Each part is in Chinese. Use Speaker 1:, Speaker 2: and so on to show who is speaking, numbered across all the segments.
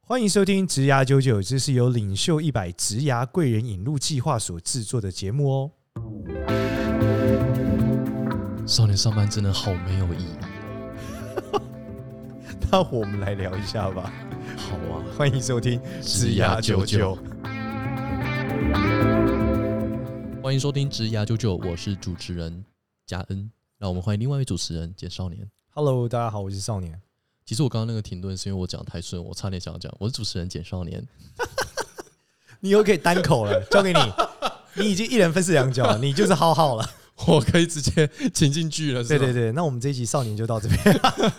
Speaker 1: 欢迎收听《职涯九九》，这是由领袖一百职涯贵人引路计划所制作的节目哦。
Speaker 2: 少年上班真的好没有意义，
Speaker 1: 那我们来聊一下吧。
Speaker 2: 好啊，
Speaker 1: 欢迎收听《
Speaker 2: 职涯九九》，欢迎收听《职涯九九》，我是主持人嘉恩。让我们欢迎另外一位主持人简少年。
Speaker 1: Hello，大家好，我是少年。
Speaker 2: 其实我刚刚那个停顿是因为我讲得太顺，我差点想要讲我是主持人简少 年。
Speaker 1: 你又可以单口 了，交给你。你已经一人分饰两角 了，你就是浩浩了。
Speaker 2: 我可以直接请进剧了，是
Speaker 1: 对
Speaker 2: 吧
Speaker 1: 对对，那我们这一集少年就到这 边，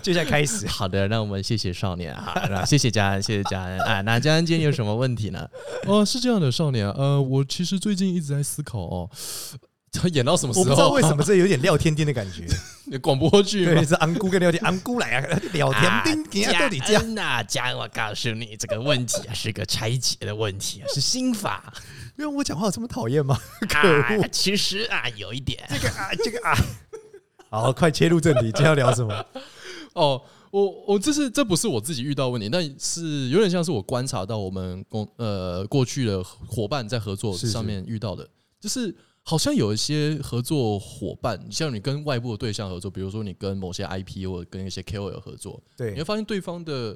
Speaker 1: 就现在开始。
Speaker 2: 好的，那我们谢谢少年啊，那 谢谢佳恩，谢谢佳恩啊。那佳恩今天有什么问题呢？ 哦，是这样的，少年，呃，我其实最近一直在思考哦， 他演到什么时
Speaker 1: 我
Speaker 2: 候？
Speaker 1: 不知道为什么这有点廖天丁的感觉，
Speaker 2: 广播剧吗
Speaker 1: 对，？是安姑跟廖天安姑来啊，廖天丁，啊人家到底 这样？
Speaker 2: 呐，佳恩，我告诉你，这个问题啊是个拆解的问题啊，是心 法。
Speaker 1: 因为我讲话有这么讨厌 吗？
Speaker 2: 啊，其实啊有一点
Speaker 1: 这个啊，这个啊。好，快切入正题，今天要聊什么？
Speaker 2: 哦。我我这是这不是我自己遇到的问题，但是有点像是我观察到我们公呃过去的伙伴在合作
Speaker 1: 是是
Speaker 2: 上面遇到的，就是好像有一些合作伙伴，像你跟外部的对象合作，比如说你跟某些 IP 或者跟一些 KOL 合作，你
Speaker 1: 对
Speaker 2: 会，发现对方的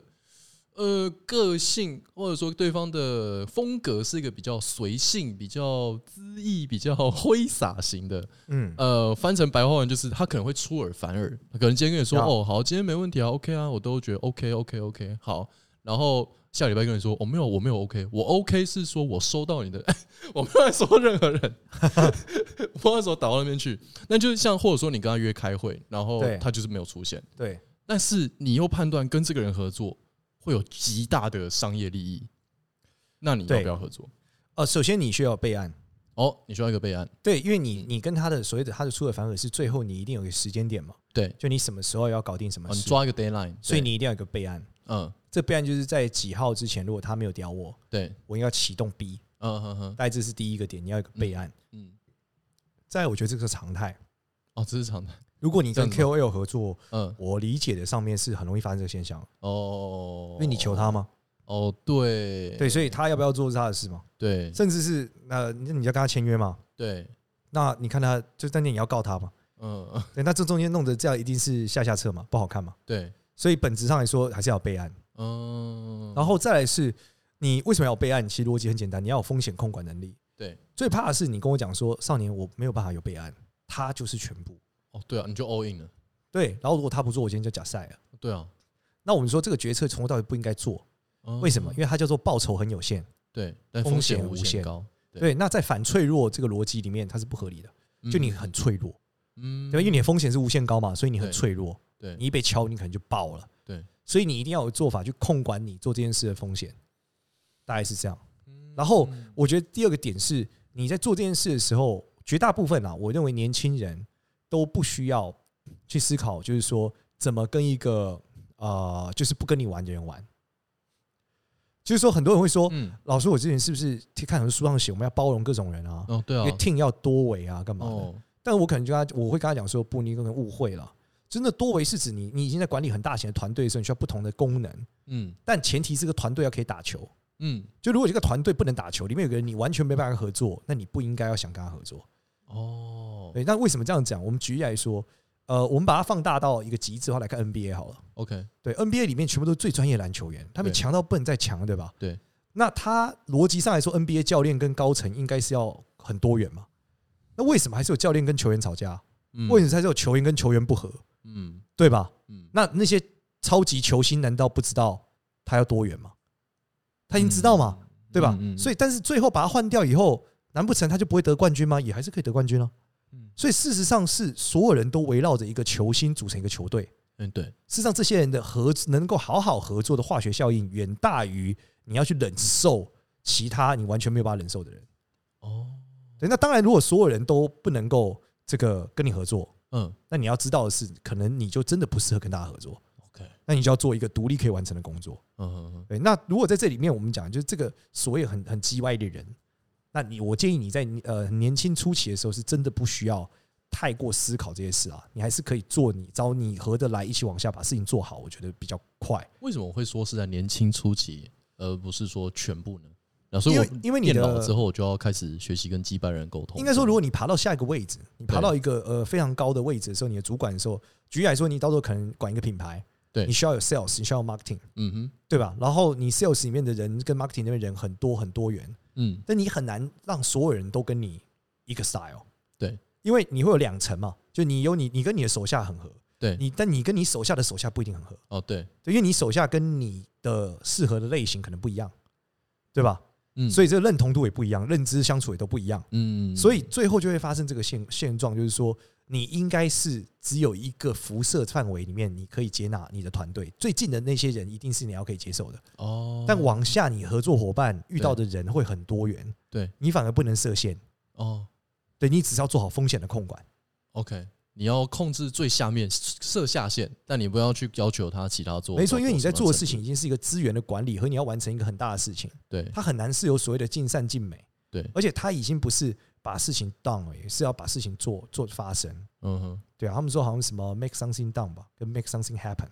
Speaker 2: 呃个性，或者说对方的风格是一个比较随性、比较恣意、比较挥洒型的。
Speaker 1: 嗯，
Speaker 2: 呃，翻成白话文就是他可能会出尔反尔，可能今天跟你说
Speaker 1: 啊
Speaker 2: 哦好，今天没问题啊，OK 啊，我都觉得 OK OK OK 好，然后。下礼拜跟你说，我、没有，我没有 OK，我 OK 是说我收到你的， 我没有在说任何人， 我没有在说打到那边去。那就是像或者说你跟他约开会，然后
Speaker 1: 对
Speaker 2: 他就是没有出现，
Speaker 1: 对，
Speaker 2: 但是你又判断跟这个人合作会有极大的商业利益，那你要
Speaker 1: 对
Speaker 2: 不要合作？
Speaker 1: 呃，首先你需要备案，
Speaker 2: 哦，你需要一个备案，
Speaker 1: 对，因为你你跟他的所谓的他的出尔反尔是最后你一定有个时间点嘛，
Speaker 2: 对，
Speaker 1: 就你什么时候要搞定什么
Speaker 2: 哦你
Speaker 1: 事，
Speaker 2: 抓一个 deadline，
Speaker 1: 所以
Speaker 2: 对
Speaker 1: 你一定要有个备案。
Speaker 2: 嗯，
Speaker 1: 这备案就是在几号之前，如果他没有屌我，
Speaker 2: 对，
Speaker 1: 我应该要启动 B，
Speaker 2: 嗯哼哼，
Speaker 1: 大概这是第一个点，你要有个备案。
Speaker 2: 嗯，
Speaker 1: 再来我觉得这个是常态，
Speaker 2: 哦，这是常态，
Speaker 1: 如果你跟
Speaker 2: 这
Speaker 1: KOL 合作，
Speaker 2: 嗯，
Speaker 1: 我理解的上面是很容易发生这个现象，
Speaker 2: 哦，
Speaker 1: 因为你求，他嘛，
Speaker 2: 哦，对，嗯
Speaker 1: 对，所以他要不要做是他的事嘛，
Speaker 2: 对
Speaker 1: 甚至是那那你要跟他签约嘛，
Speaker 2: 对，
Speaker 1: 那你看他就但你也要告他嘛，
Speaker 2: 嗯，
Speaker 1: 对，那这中间弄得这样一定是下下策嘛，不好看嘛，
Speaker 2: 对，
Speaker 1: 所以本质上来说还是要有备案，
Speaker 2: 嗯，
Speaker 1: 然后再来是你为什么要有备案？其实逻辑很简单，你要有风险控管能力。
Speaker 2: 对，
Speaker 1: 最怕的是你跟我讲说，少年我没有办法有备案，他就是全部
Speaker 2: 哦，对啊，你就 all in 了，
Speaker 1: 对。然后如果他不做，我今天就假赛了。
Speaker 2: 对啊，
Speaker 1: 那我们说这个决策从头到尾不应该做，
Speaker 2: 嗯
Speaker 1: 为什么？因为它叫做报酬很有限。
Speaker 2: 对，但
Speaker 1: 风
Speaker 2: 风
Speaker 1: 险
Speaker 2: 险
Speaker 1: 无
Speaker 2: 无
Speaker 1: 限
Speaker 2: 限高，对
Speaker 1: 对，那在反脆弱这个逻辑里面，它是不合理的。就你很脆弱，
Speaker 2: 嗯，嗯，
Speaker 1: 对吧，因为你的风险是无限高嘛，所以你很
Speaker 2: 对
Speaker 1: 脆弱，
Speaker 2: 对
Speaker 1: 你一被敲，你可能就爆了。
Speaker 2: 对，
Speaker 1: 所以你一定要有做法去控管你做这件事的风险，大概是这样。然后
Speaker 2: 嗯
Speaker 1: 我觉得第二个点是，你在做这件事的时候，绝大部分啊，我认为年轻人都不需要去思考，就是说怎么跟一个呃，就是不跟你玩的人玩。就是说，很多人会说，
Speaker 2: 嗯，
Speaker 1: 老师，我之前是不是看很多书上写，我们要包容各种人啊，
Speaker 2: 哦，对
Speaker 1: 因
Speaker 2: 啊
Speaker 1: 为，听要多维啊，干嘛的？
Speaker 2: 哦，
Speaker 1: 但我可能就跟他，我会跟他讲说，不，你可能误会了。真的多维是指你，你已经在管理很大型的团队的时候，你需要不同的功能，
Speaker 2: 嗯
Speaker 1: 但前提是这个团队要可以打球。
Speaker 2: 嗯，
Speaker 1: 就如果这个团队不能打球，里面有个人你完全没办法合作，那你不应该要想跟他合作。
Speaker 2: 哦
Speaker 1: 对，那为什么这样讲？我们举例来说，呃，我们把它放大到一个极致的话来看 NBA 好了。
Speaker 2: ，OK，
Speaker 1: 对，NBA 里面全部都是最专业的篮球员，他们
Speaker 2: 对
Speaker 1: 强到不能再强，对吧？
Speaker 2: 对。
Speaker 1: 那他逻辑上来说，NBA 教练跟高层应该是要很多元嘛？那为什么还是有教练跟球员吵架？
Speaker 2: 嗯
Speaker 1: 为什么还是有球员跟球员不和？
Speaker 2: 嗯
Speaker 1: 对吧？
Speaker 2: 嗯，
Speaker 1: 那那些超级球星难道不知道他要多远吗？他已
Speaker 2: 嗯
Speaker 1: 经知道嘛，对吧？
Speaker 2: 嗯嗯
Speaker 1: 所以，但是最后把他换掉以后，难不成他就不会得冠军吗？也还是可以得冠军啊。
Speaker 2: 嗯
Speaker 1: 所以事实上是所有人都围绕着一个球星组成一个球队。
Speaker 2: 嗯，对，
Speaker 1: 事实上，这些人的合能够好好合作的化学效应，远大于你要去忍受其他你完全没有办法忍受的人。
Speaker 2: 哦，
Speaker 1: 对，那当然，如果所有人都不能够这个跟你合作，
Speaker 2: 嗯
Speaker 1: 那你要知道的是，可能你就真的不适合跟大家合作。
Speaker 2: ，OK，
Speaker 1: 那你就要做一个独立可以完成的工作。
Speaker 2: 嗯嗯嗯，
Speaker 1: 对，那如果在这里面我们讲，就是这个所谓很很叽歪的人，那你我建议你在你呃年轻初期的时候，是真的不需要太过思考这些事啊，你还是可以做你找你合得来一起往下把事情做好，我觉得比较快。
Speaker 2: 为什么我会说是在年轻初期？而不是说全部呢？那所以
Speaker 1: 因
Speaker 2: 我
Speaker 1: 为因为你
Speaker 2: 变
Speaker 1: 的
Speaker 2: 老之后，我就要开始学习跟击败人沟通。
Speaker 1: 应该说，如果你爬到下一个位置，你爬到一个呃非常高的位置的时候，你的主管的时候，举例来说，你到时候可能管一个品牌，
Speaker 2: 对
Speaker 1: 你需要有 sales，你需要有 marketing，
Speaker 2: 嗯哼，
Speaker 1: 对吧？然后你 sales 里面的人跟 marketing 那边人很多很多元，
Speaker 2: 嗯，
Speaker 1: 但你很难让所有人都跟你一个 style，
Speaker 2: 对，
Speaker 1: 因为你会有两层嘛，就你有你你跟你的手下很合，
Speaker 2: 对，
Speaker 1: 你但你跟你手下的手下不一定很合，
Speaker 2: 哦，对，
Speaker 1: 对，因为你手下跟你的适合的类型可能不一样，对吧？
Speaker 2: 嗯，
Speaker 1: 所
Speaker 2: 以，
Speaker 1: 以这个认同度也不一样，认知相处也都不一样。
Speaker 2: 嗯，
Speaker 1: 所以最后就会发生这个现现状，就是说你应该是只有一个辐射范围里面，你可以接纳你的团队最近的那些人，一定是你要可以接受的。
Speaker 2: 哦，
Speaker 1: 但往下，你合作伙伴遇到的人会很多元，
Speaker 2: 对
Speaker 1: 你反而不能设限，
Speaker 2: 哦
Speaker 1: 对你只是要做好风险的控管。
Speaker 2: ，OK，你要控制最下面设下限，但你不要去要求他其他做。
Speaker 1: 没错，因为你在做的事
Speaker 2: 什
Speaker 1: 情
Speaker 2: 么
Speaker 1: 已经是一个资源的管理和你要完成一个很大的事情，
Speaker 2: 程度，
Speaker 1: 它很难是有所谓的尽善尽美，
Speaker 2: 对对，
Speaker 1: 而且它已经不是把事情 done 而已，是要把事情做做发生。
Speaker 2: 嗯哼，
Speaker 1: 对啊，他们说好像什么 make something done 吧，跟 make something happen。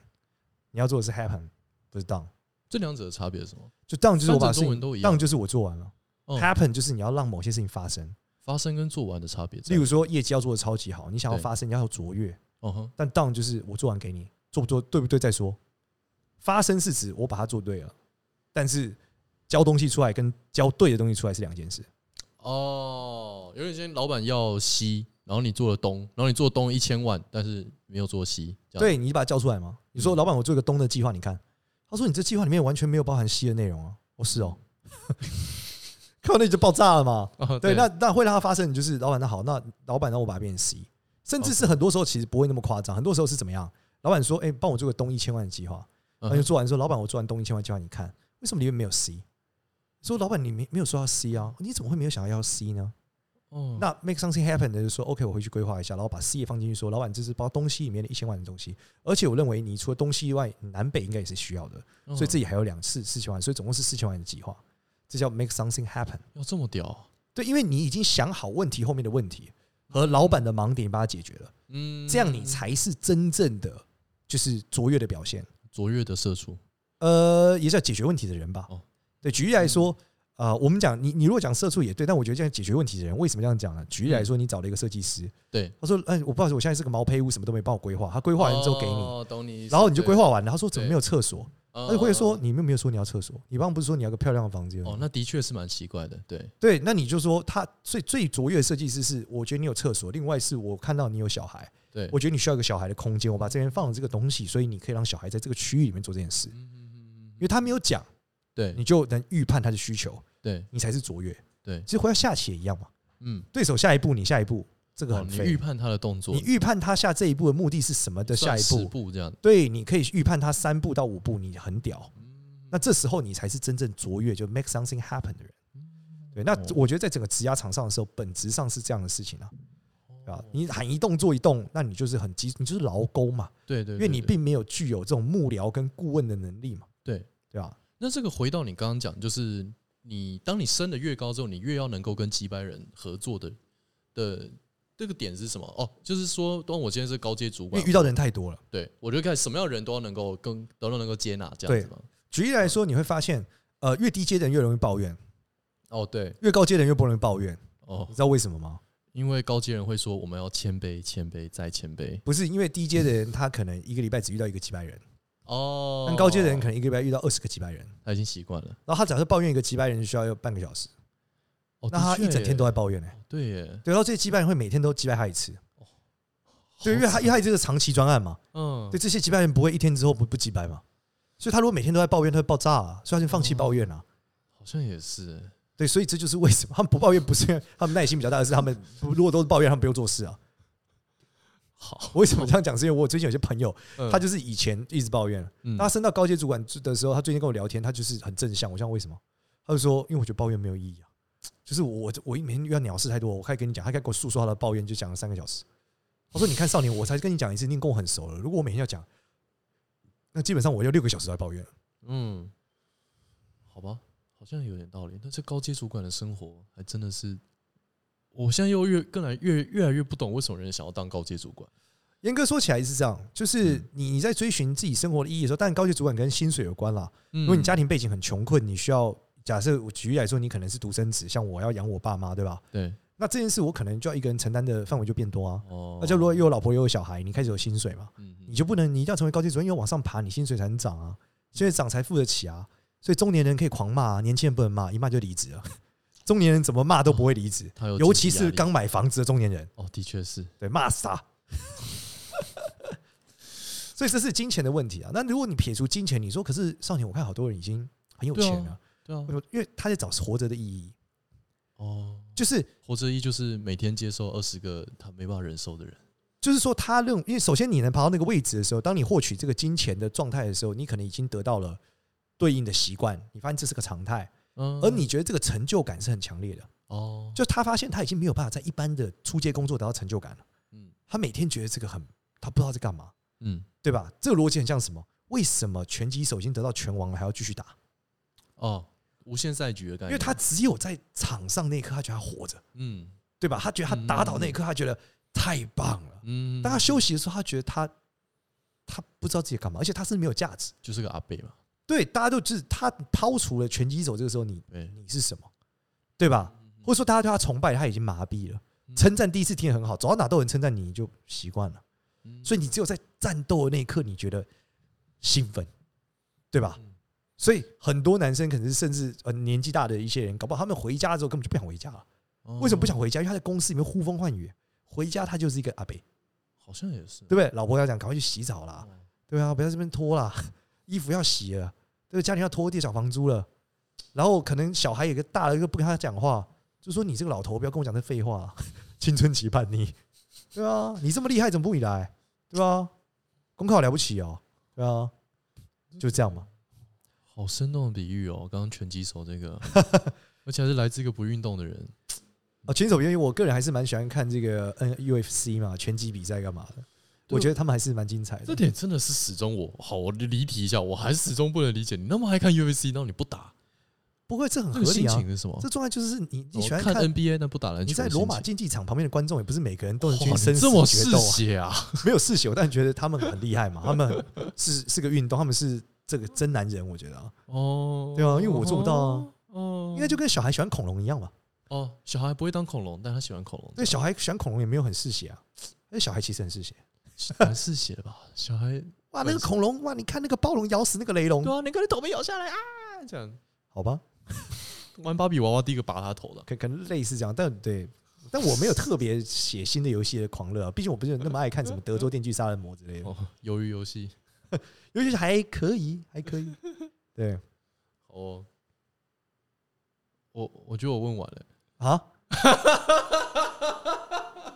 Speaker 1: 你要做的是 happen，不是 done。
Speaker 2: 这两者的差别是什么？
Speaker 1: 就 done 就是我把
Speaker 2: 翻成
Speaker 1: 事
Speaker 2: 中
Speaker 1: 情
Speaker 2: 文都一样
Speaker 1: done 就是我做完了、
Speaker 2: 嗯
Speaker 1: h a p p e n 就是你要让某些事情发生。
Speaker 2: 发生跟做完的差别在
Speaker 1: 例
Speaker 2: 哪，
Speaker 1: 如说业绩要做的超级好，你想要
Speaker 2: 对
Speaker 1: 发生，你要有卓越，
Speaker 2: 嗯哼，
Speaker 1: 但 done 就是我做完给你，做不做对不对再说。发生是指我把它做对了，但是交东西出来跟交对的东西出来是两件事。
Speaker 2: 哦，有点像老板要西，然后你做了东，然后你做东一千万，但是没有做西，这样，
Speaker 1: 对你把它交出来吗？你说
Speaker 2: 嗯
Speaker 1: 老板，我做一个东的计划，你看，他说你这计划里面完全没有包含西的内容啊。我是哦， 看完那你就爆炸了嘛。
Speaker 2: 啊
Speaker 1: 对，那那会让它发生，你就是老板那好，那老板让我把它变成 C，甚至是很多时候其实不会那么夸张，很多时候是怎么样？老板说：“哎、帮我做个东一千万的计划。”然后
Speaker 2: 嗯哼
Speaker 1: 就做完说：“老板，我做完东一千万计划，你看为什么里面没有 C？” 说：“老板，你没没有说要 C 啊？你怎么会没有想要 C 呢？”
Speaker 2: 哦，
Speaker 1: 那 make something happen 的就说 OK，我回去规划一下，然后把 C 也放进去说，老板这是包东西里面的一千万的东西，而且我认为你除了东西以外，南北应该也是需要的，
Speaker 2: 那
Speaker 1: 所以这里还有两次四千万，所以总共是四千万的计划，这叫 make something happen。
Speaker 2: 要这么屌，啊
Speaker 1: 对，因为你已经想好问题后面的问题和老板的盲点，把它解决了，
Speaker 2: 嗯，
Speaker 1: 这样你才是真正的就是卓越的表现。
Speaker 2: 卓越的社畜，
Speaker 1: 呃，也叫解决问题的人吧
Speaker 2: 哦。嗯
Speaker 1: 对，举例来说，呃，我们讲你，你如果讲社畜也对，但我觉得这样解决问题的人为什么这样讲呢？举例来说，你找了一个设计师，
Speaker 2: 嗯对，
Speaker 1: 他说：“哎，我不好意思，我现在是个毛坯屋，什么都没帮我规划。”他规划完之后给你，
Speaker 2: 哦，懂你意思，
Speaker 1: 然后你就
Speaker 2: 对
Speaker 1: 规，划完了，他说：“怎么
Speaker 2: 对
Speaker 1: 没有厕所？”他
Speaker 2: 他
Speaker 1: 就会说：“你们没有说你要厕所，你刚刚不是说你要个漂亮的房间吗
Speaker 2: 哦，那的确是蛮奇怪的，对，
Speaker 1: 对，那你就说他最最卓越的设计师是，我觉得你有厕所，另外是我看到你有小孩，
Speaker 2: 对，
Speaker 1: 我觉得你需要一个小孩的空间，我把这边放了这个东西，所以你可以让小孩在这个区域里面做这件事。
Speaker 2: 嗯嗯嗯
Speaker 1: 因
Speaker 2: 嗯，
Speaker 1: 为他没有讲，
Speaker 2: 对
Speaker 1: 你就能预判他的需求，
Speaker 2: 对
Speaker 1: 你才是卓越。
Speaker 2: 对
Speaker 1: 其实回到下棋也一样嘛，
Speaker 2: 嗯，
Speaker 1: 对手下一步，你下一步，这个
Speaker 2: 哦
Speaker 1: 很
Speaker 2: 你
Speaker 1: 废。
Speaker 2: 预判他的动作
Speaker 1: 你，预判他下这一步的目的是什么的下
Speaker 2: 算
Speaker 1: 一
Speaker 2: 十
Speaker 1: 步，
Speaker 2: 步这样，
Speaker 1: 对，你可以预判他三步到五步，你很屌。
Speaker 2: 嗯
Speaker 1: 那这时候你才是真正卓越，就 make something happen 的人。对，那
Speaker 2: 哦
Speaker 1: 我觉得在整个职涯场上的时候，本质上是这样的事情啊，
Speaker 2: 哦
Speaker 1: 对吧？你喊一动做一动，那你就是很基，你就是劳工嘛，
Speaker 2: 对对，
Speaker 1: 因为
Speaker 2: 对
Speaker 1: 你
Speaker 2: 对
Speaker 1: 并没有具有这种幕僚跟顾问的能力嘛，
Speaker 2: 对。
Speaker 1: 对吧？
Speaker 2: 那这个回到你刚刚讲，就是你当你升的越高之后，你越要能够跟几百人合作的的这个点是什么？哦，就是说，当我今天是高阶主
Speaker 1: 因为
Speaker 2: 管，
Speaker 1: 遇到的人太多了。
Speaker 2: 对我就看什么样的人都要能够跟都能够接纳这样子嘛。
Speaker 1: 举例来说，你会发现，呃，越低阶的人越容易抱怨，
Speaker 2: 哦，对，
Speaker 1: 越高阶的人越不容易抱怨，
Speaker 2: 哦
Speaker 1: 你，知道为什么吗？
Speaker 2: 因为高阶人会说我们要谦卑、谦卑再谦卑。
Speaker 1: 不是因为低阶的人他可能一个礼拜只遇到一个几百人，
Speaker 2: 哦，
Speaker 1: 但高阶的人可能一个礼拜遇到二十个几百人。
Speaker 2: 他已经习惯了。
Speaker 1: 然后他假设抱怨一个击败人需要半个小时，
Speaker 2: 哦，
Speaker 1: 那他一整天都
Speaker 2: 的
Speaker 1: 在抱怨呢、欸
Speaker 2: 确耶对耶，
Speaker 1: 对，然后这些击败人会每天都击败他一次，对，因为他
Speaker 2: 好
Speaker 1: 因为他这个长期专案嘛，
Speaker 2: 嗯
Speaker 1: 对，这些击败人不会一天之后不不击败嘛，所以他如果每天都在抱怨，他会爆炸啊，所以他就放弃抱怨啊。
Speaker 2: 哦好像也是
Speaker 1: 对，所以这就是为什么他们不抱怨，不是因为他们耐心比较大，而是他们不如果都是抱怨，他们不用做事啊。
Speaker 2: 好。
Speaker 1: 为什么这样讲？是因为我最近有些朋友，
Speaker 2: 嗯
Speaker 1: 他就是以前一直抱怨，
Speaker 2: 嗯
Speaker 1: 他升到高阶主管的时候，他最近跟我聊天，他就是很正向。我想为什么？他就说，因为我觉得抱怨没有意义啊，就是我我我一每天遇到鸟事太多，我开始跟你讲，他开始跟我诉说他的抱怨，就讲了三个小时。他说：“你看少年，我才跟你讲一次，你已经跟我很熟了。如果我每天要讲，那基本上我要六个小时来抱怨。
Speaker 2: 嗯，好吧，好像有点道理。但是高阶主管的生活还真的是，我现在又越更来越越来越不懂为什么人想要当高阶主管。
Speaker 1: 严格说起来是这样，就是
Speaker 2: 嗯
Speaker 1: 你你在追寻自己生活的意义的时候，当然高级主管跟薪水有关啦。
Speaker 2: 如
Speaker 1: 如果你家庭背景很穷困，你需要假设我举例来说，你可能是独生子，像我要养我爸妈，对吧？
Speaker 2: 对
Speaker 1: 那这件事我可能就要一个人承担的范围就变多啊。
Speaker 2: 哦
Speaker 1: 那就如果又有老婆又有小孩，你开始有薪水嘛，
Speaker 2: 嗯嗯
Speaker 1: 你就不能你一定要成为高级主任，因为往上爬，你薪水才能涨啊，薪水涨才付得起啊。所以中年人可以狂骂、啊，年轻人不能骂，一骂就离职了。 中年人怎么骂都不会离职，
Speaker 2: 嗯他有
Speaker 1: 尤
Speaker 2: 经
Speaker 1: 其
Speaker 2: 济压
Speaker 1: 是
Speaker 2: 力
Speaker 1: 刚买房子的中年人，
Speaker 2: 哦，的确是
Speaker 1: 对，骂死 他。所以这是金钱的问题啊。那如果你撇除金钱，你说可是少年，我看好多人已经很有
Speaker 2: 对啊
Speaker 1: 钱了，
Speaker 2: 对啊
Speaker 1: 为什么因为他在找活着的意义，
Speaker 2: 哦，
Speaker 1: 就是
Speaker 2: 活着一就是每天接受二十个他没办法忍受的人，
Speaker 1: 就是说，他认为，因为首先你能爬到那个位置的时候，当你获取这个金钱的状态的时候，你可能已经得到了对应的习惯，你发现这是个常态，
Speaker 2: 嗯，
Speaker 1: 而你觉得这个成就感是很强烈的。
Speaker 2: 哦，
Speaker 1: 就他发现他已经没有办法在一般的出街工作得到成就感了，
Speaker 2: 嗯
Speaker 1: 他每天觉得这个很，他不知道在干嘛，
Speaker 2: 嗯
Speaker 1: 对吧？这个逻辑很像什么？为什么拳击手已经得到拳王了，还要继续打？
Speaker 2: 哦，无限赛局的概
Speaker 1: 因
Speaker 2: 念，
Speaker 1: 为他只有在场上那一刻，他觉得他活着，
Speaker 2: 嗯
Speaker 1: 对吧？他觉得他打倒那一刻，他觉得太棒了。
Speaker 2: 嗯，
Speaker 1: 当他休息的时候，他觉得他他不知道自己干嘛，而且他是没有价值。
Speaker 2: 就是个阿贝嘛，
Speaker 1: 对，大家都就是他抛除了拳击手这个时候你，
Speaker 2: 对，
Speaker 1: 你是什么，对吧？或者说大家对他崇拜，他已经麻痹了。
Speaker 2: 嗯
Speaker 1: 称赞第一次听得很好，走到哪都有人称赞你，你就习惯了。
Speaker 2: 嗯
Speaker 1: 所以你只有在战斗的那一刻，你觉得兴奋，对吧
Speaker 2: 嗯？
Speaker 1: 所以很多男生可能是甚至呃年纪大的一些人，搞不好他们回家之后根本就不想回家了。
Speaker 2: 以
Speaker 1: 为什么不想？回家？因为他在公司里面呼风唤雨，回家他就是一个阿北，
Speaker 2: 好像也是，
Speaker 1: 对不对？老婆要讲赶快去洗澡啦，
Speaker 2: 哦
Speaker 1: 对啊，不要在这边拖啦， 衣服要洗了，对，家里要拖地缴房租了，然后可能小孩有个大了又不跟他讲话，就说你这个老头不要跟我讲这废话， 青春期叛逆，对啊，你这么厉害怎么不你来，对啊，功课好了不起哦，对啊，就这样嘛，
Speaker 2: 好生动的比喻哦，刚刚拳击手这 个，而且还是来自一个不运动的人，
Speaker 1: 啊，拳手因为我个人还是蛮喜欢看这个呃 N UFC 嘛，拳击比赛干嘛的，
Speaker 2: 对
Speaker 1: 我觉得他们还是蛮精彩
Speaker 2: 这
Speaker 1: 的。
Speaker 2: 点真的是始终我好，我离题一下，我还始终不能理解你那么爱看 UFC，然后你不打，
Speaker 1: 不过这很
Speaker 2: 这
Speaker 1: 合
Speaker 2: 个
Speaker 1: 理
Speaker 2: 心
Speaker 1: 啊
Speaker 2: 情，是什么？哦
Speaker 1: 这状态就是你你喜欢
Speaker 2: 我看
Speaker 1: 看
Speaker 2: NBA 但不打篮球，
Speaker 1: 你在罗马竞技场旁边的观众也不是每个人都能去
Speaker 2: 哇
Speaker 1: 生
Speaker 2: 你
Speaker 1: 死
Speaker 2: 这么
Speaker 1: 决
Speaker 2: 嗜
Speaker 1: 斗啊，
Speaker 2: 血啊！
Speaker 1: 没有嗜血，但觉得他们很厉害嘛，他们是是个运动，他们是这个真男人，我觉得啊，
Speaker 2: 哦，
Speaker 1: 对啊因为我做不到啊
Speaker 2: 哦，哦，
Speaker 1: 应该就跟小孩喜欢恐龙一样嘛，
Speaker 2: 哦，小孩不会当恐龙，但他喜欢 恐龙，
Speaker 1: 那小孩喜欢恐龙也没有很嗜血啊，那小孩其实很嗜血，
Speaker 2: 蛮嗜血的吧？小孩
Speaker 1: 哇，那个恐龙，哇，你看那个暴龙咬死那个雷龙
Speaker 2: 对，啊，你看你头被咬下来啊，这样
Speaker 1: 好吧，
Speaker 2: 玩芭比娃娃第一个拔他头的，
Speaker 1: 可可能类似这样，但对。但我没有特别血腥的游戏的狂热、啊，毕竟我不是那么爱看什么德州电锯杀人魔之类的，
Speaker 2: 哦，鱿鱼游戏，
Speaker 1: 尤其是还可以，还可以。对
Speaker 2: 哦，我我觉得我问完了，
Speaker 1: 啊，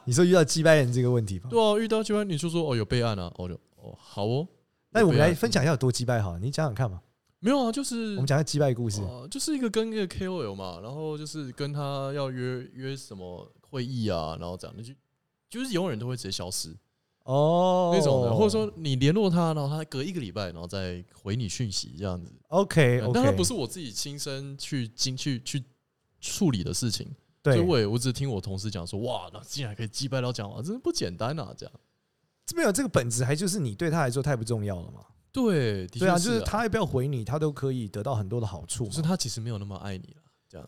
Speaker 1: 你说遇到击败人这个问题吧？
Speaker 2: 对啊，遇到就然你就说哦有备案啊，我就哦好哦，
Speaker 1: 那我们
Speaker 2: 有备
Speaker 1: 来
Speaker 2: 案
Speaker 1: 分享一下有多击败好了，你讲讲看嘛。
Speaker 2: 没有啊，就是
Speaker 1: 我们讲一下击败故事。
Speaker 2: 哦就是一个跟一个 KOL 嘛，然后就是跟他要约约什么会议啊，然后这样的就就是永远都会直接消失
Speaker 1: 哦，
Speaker 2: 那种的，或者说你联络他，然后他隔一个礼拜，然后再回你讯息这样子。
Speaker 1: OK
Speaker 2: 但
Speaker 1: 哎 OK，
Speaker 2: 嗯他不是我自己亲身去经去去处理的事情，所以
Speaker 1: 对，
Speaker 2: 我也我只听我同事讲说，哇，那竟然可以击败到讲话，真的不简单啊！这样
Speaker 1: 这没有这个本质，还就是你对他来说太不重要了嘛。
Speaker 2: 对，的确
Speaker 1: 对啊，
Speaker 2: 是
Speaker 1: 就是，他要不要回你，他都可以得到很多的好处
Speaker 2: 就是
Speaker 1: 嘛。
Speaker 2: 他其实没有那么爱你了，这样。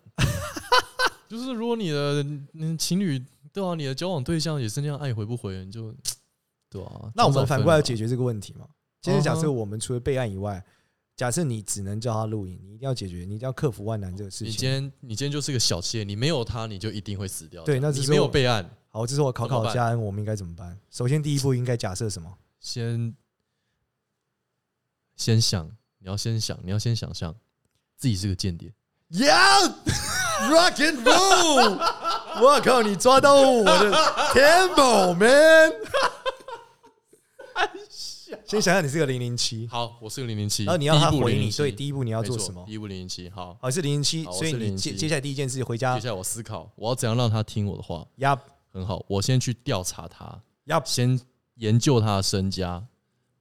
Speaker 2: 就是如果你的嗯情侣对啊，你的交往对象也是那样爱回不回，你就对啊。
Speaker 1: 那我
Speaker 2: 早
Speaker 1: 们
Speaker 2: 早
Speaker 1: 反过来
Speaker 2: 分
Speaker 1: 解
Speaker 2: 了
Speaker 1: 决这个问题嘛。今天假设
Speaker 2: 嗯哼
Speaker 1: 我们除了备案以外，假设你只能叫他录影，你一定要解决，你一定要克服万难这个事
Speaker 2: 你今
Speaker 1: 情。
Speaker 2: 天你今天就是个小妾，你没有他你就一定会死掉。
Speaker 1: 对
Speaker 2: 这
Speaker 1: 那
Speaker 2: 样
Speaker 1: 只
Speaker 2: 你
Speaker 1: 是
Speaker 2: 没有
Speaker 1: 我
Speaker 2: 备案，
Speaker 1: 好，这是我考
Speaker 2: 怎么
Speaker 1: 考
Speaker 2: 办
Speaker 1: 佳恩，我们应该怎么办？首先第一步应该假设什么？
Speaker 2: 先先想，你要先想，你要先想象自己是个间谍。
Speaker 1: Yeah, rock and roll！我靠，你抓到我的 tempo man！先想想你是个零零七，
Speaker 2: 好，我是个零零七，
Speaker 1: 然后你要他
Speaker 2: 第一步
Speaker 1: 回你，
Speaker 2: 007
Speaker 1: 所以第一步你要做什
Speaker 2: 没
Speaker 1: 么
Speaker 2: 错？第一步零零七，好，
Speaker 1: 哦，是零零七，
Speaker 2: 好我
Speaker 1: 所以
Speaker 2: 是
Speaker 1: 你接
Speaker 2: 007
Speaker 1: 接下来第一件事回家
Speaker 2: 接下来我思考，我要怎样让他听我的话？
Speaker 1: 呀
Speaker 2: 很好，我先去调查他，
Speaker 1: 呀
Speaker 2: 先研究他的身家，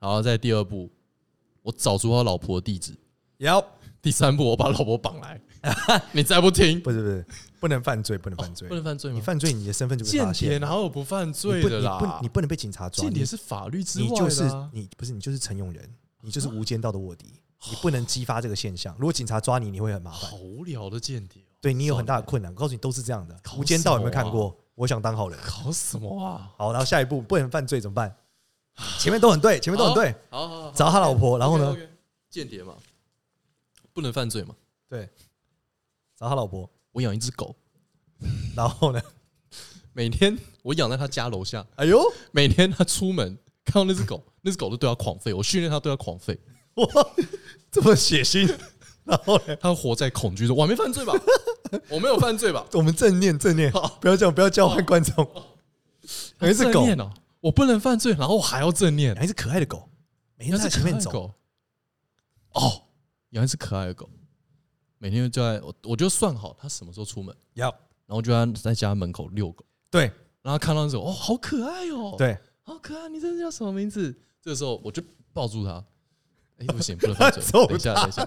Speaker 2: 然后在第二步，我找出他老婆的地址，
Speaker 1: 呀，
Speaker 2: 第三步我把老婆绑 来，你再不听，
Speaker 1: 不是不是，不能犯罪，不能犯罪
Speaker 2: 哦不，能犯罪
Speaker 1: 你
Speaker 2: 吗？
Speaker 1: 犯罪你的身份就被
Speaker 2: 间
Speaker 1: 发
Speaker 2: 谍
Speaker 1: 现了，
Speaker 2: 哪有不犯
Speaker 1: 你
Speaker 2: 罪
Speaker 1: 不
Speaker 2: 的
Speaker 1: 你不
Speaker 2: 啦
Speaker 1: 你？不能被警察抓，
Speaker 2: 间谍
Speaker 1: 你
Speaker 2: 是法律之
Speaker 1: 你
Speaker 2: 外
Speaker 1: 就是
Speaker 2: 的啊。
Speaker 1: 你不是你就是陈永仁，你就是无间道的卧底，你不能激发这个现象。如果警察抓你，你会很麻烦
Speaker 2: 好，无聊的间谍 哦，
Speaker 1: 对你有很大的困难。我告诉你，都是这样的。
Speaker 2: 搞
Speaker 1: 无间道有没有
Speaker 2: 什么啊
Speaker 1: 看过？我想当好人。
Speaker 2: 搞什么啊？
Speaker 1: 好，然后下一步不能犯罪怎么办？ 前面都很对，前面都很对，
Speaker 2: 好好好，
Speaker 1: 找他老婆，然后呢，
Speaker 2: OK，OK，间谍嘛，不能犯罪嘛。
Speaker 1: 对，找他老婆，
Speaker 2: 我养一只狗，
Speaker 1: 然后 呢，
Speaker 2: 每天我养在他家楼下，
Speaker 1: 哎呦，
Speaker 2: 每天他出门看到那只狗， 那只狗都对他狂吠，我训练它对他狂吠，
Speaker 1: 哇，这么血腥，然后呢，
Speaker 2: 它活在恐惧中。我还没 犯罪吧？我没有犯罪吧？
Speaker 1: 我们正念正念，不要这样，不要叫唤观众，还是
Speaker 2: 正
Speaker 1: 狗，
Speaker 2: 念哦，我不能犯罪，然后我还要正念，
Speaker 1: 还是可爱的狗，每天
Speaker 2: 要
Speaker 1: 在
Speaker 2: 是
Speaker 1: 前
Speaker 2: 可爱
Speaker 1: 面
Speaker 2: 的
Speaker 1: 走，
Speaker 2: 狗。哦，养一只可爱的狗，每天就在我我就算好它什么时候出门，
Speaker 1: 要
Speaker 2: 然后就在在家门口遛狗，
Speaker 1: 对
Speaker 2: 然后它看到那种哦，好可爱哦，，
Speaker 1: 对，
Speaker 2: 好可爱，你这叫什么名字？这个时候我就抱住它，哎，不行，不能
Speaker 1: 它
Speaker 2: 犯罪，
Speaker 1: 揍
Speaker 2: 等一下，
Speaker 1: 它
Speaker 2: 等一下，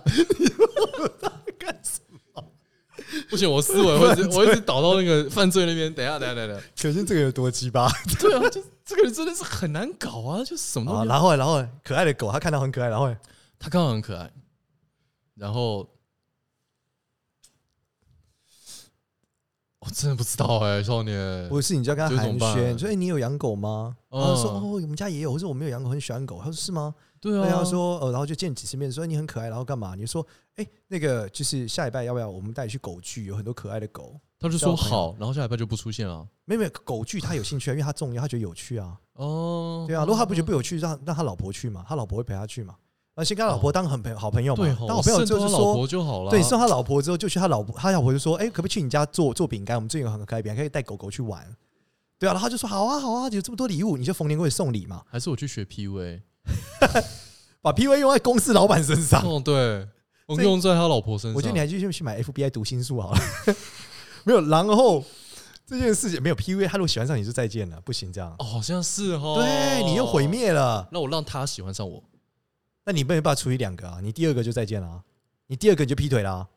Speaker 2: 不行，我思 维会一直我一直导到那个犯罪那边。等一下，等一下，等一下。
Speaker 1: 可见这个有多鸡巴
Speaker 2: 对啊，就这个人真的是很难搞啊，就什么
Speaker 1: 啊！
Speaker 2: 都没有。
Speaker 1: 然后呢然后呢可爱的狗，它看到很可爱，然后呢
Speaker 2: 他刚好很可爱，然后我哦真的不知道哎、少年，
Speaker 1: 不是你就要跟它
Speaker 2: 这
Speaker 1: 寒
Speaker 2: 怎么办
Speaker 1: 暄，说哎，你有养狗吗？然
Speaker 2: 嗯
Speaker 1: 后说哦，我们家也有，我说我没有养狗，很喜欢狗。他说是吗？
Speaker 2: 对
Speaker 1: 对
Speaker 2: 啊，
Speaker 1: 啊，说呃，然后就见几次面，说哎你很可爱，然后干嘛？你就说哎，那个就是下礼拜要不要我们带你去狗聚？有很多可爱的狗。
Speaker 2: 他就说
Speaker 1: 交朋友
Speaker 2: 好，然后下礼拜就不出现了。
Speaker 1: 没有没有，狗聚他有兴趣啊，因为他重要，他觉得有趣啊。
Speaker 2: 哦，
Speaker 1: 对啊，如果他不觉得不有趣，让让他老婆去嘛，他老婆会陪他去嘛。那先跟他老婆当很朋友好朋友嘛
Speaker 2: 哦对哦，，
Speaker 1: 当好
Speaker 2: 我
Speaker 1: 朋友
Speaker 2: 渗
Speaker 1: 之
Speaker 2: 透
Speaker 1: 后就
Speaker 2: 他老
Speaker 1: 说
Speaker 2: 婆就好了。
Speaker 1: 对，送他老婆之后，就去他老婆，他老婆就说：“哎、可不可以去你家做做饼干？我们最近有很可爱饼干，可以带狗狗去玩。”对啊，然后他就说：“好啊，好啊，有这么多礼物，你就逢年过节送礼嘛，
Speaker 2: 还是我去学 PUA？
Speaker 1: 把 P V 用在公司老板身上。
Speaker 2: 哦，对，我
Speaker 1: 啊所以
Speaker 2: 用在他老婆身上。
Speaker 1: 我觉得你还继续去买 F B I 读心术好了。 没有，然后这件事情没有 P V，他如果喜欢上你就再见了，不行这样，
Speaker 2: 哦，好像是哦，
Speaker 1: 对你又毁。灭了。
Speaker 2: 那我让他喜欢上我，
Speaker 1: 那你没有办法处理两个啊，你第二个就再见了、啊，你第二个你就劈腿啦、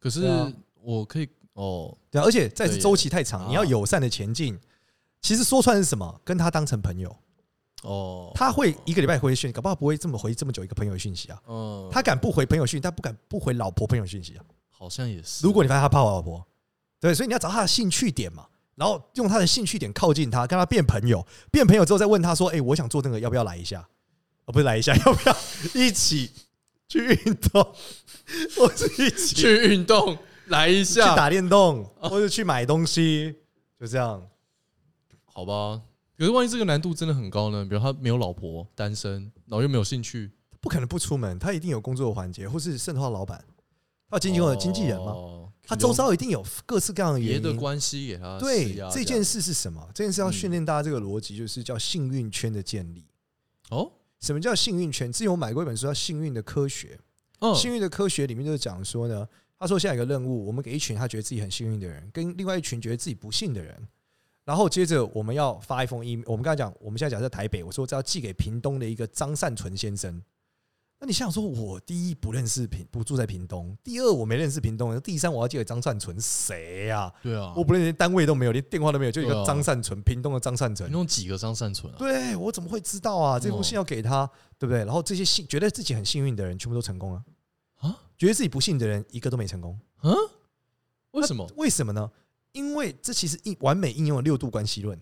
Speaker 2: 可是
Speaker 1: 对啊
Speaker 2: 我可以哦，
Speaker 1: 对、啊，而且再是
Speaker 2: 对耶
Speaker 1: 周期太长，
Speaker 2: 啊
Speaker 1: 你要友善的前进。其实说穿是什么？跟他当成朋友，
Speaker 2: 哦，
Speaker 1: 他会一个礼拜回讯，搞不好不会这么回这么久一个朋友讯息啊。
Speaker 2: 嗯，
Speaker 1: 他敢不回朋友讯，但不敢不回老婆朋友讯息啊。
Speaker 2: 好像也是。
Speaker 1: 如果你发现他怕我老婆，对，所以你要找他的兴趣点嘛，然后用他的兴趣点靠近他，跟他变朋友，变朋友之后再问他说：“哎、我想做那个，要不要来一下？哦，不是来一下，要 不要一起去运动？ 或是一起去
Speaker 2: 去运动来一下，
Speaker 1: 打电动，
Speaker 2: 哦
Speaker 1: 或者去买东西？就这样。
Speaker 2: 好吧？可是万一这个难度真的很高呢？比如他没有老婆，单身，然后又没有兴趣，
Speaker 1: 不可能不出门，他一定有工作的环节，或是渗透到老板，他有经纪公司的经纪人嘛，
Speaker 2: 哦
Speaker 1: 他周遭一定有各式各样的
Speaker 2: 别
Speaker 1: 原
Speaker 2: 的
Speaker 1: 因。
Speaker 2: 关系啊给他
Speaker 1: 对
Speaker 2: 施压，
Speaker 1: 这
Speaker 2: 样
Speaker 1: 件事是什么？这件事要
Speaker 2: 嗯
Speaker 1: 训练大家这个逻辑，就是叫幸运圈的建立。
Speaker 2: 哦，
Speaker 1: 什么叫幸运圈？之前我买过一本书叫《幸运的科学》，
Speaker 2: 嗯
Speaker 1: 《幸运的科学》里面就是讲说呢，他说现在有个任务，我们给一群他觉得自己很幸运的人，跟另外一群觉得自己不幸的人，然后接着我们要发一封 email。我们刚才讲，我们现在假设台北，我说这要寄给屏东的一个张善存先生。那你想想说，我第一不认识屏，不住在屏东；第二我没认识屏东人；第三我要寄给张善存，谁呀、
Speaker 2: 对啊，
Speaker 1: 我不认识，单位都没有，连电话都没有，就一
Speaker 2: 对
Speaker 1: 个
Speaker 2: 啊
Speaker 1: 张善存，屏东的张善存
Speaker 2: 你。弄几个张善存啊？
Speaker 1: 对我怎么会知道
Speaker 2: 哦
Speaker 1: 啊？这封信要给他，对不对？然后这些幸觉得自己很幸运的人，全部都成功了
Speaker 2: 啊
Speaker 1: 觉得自己不幸的人，一个都没成功。
Speaker 2: 嗯，为什么？
Speaker 1: 为什么呢？因为这其实应完美应用了六度关系论。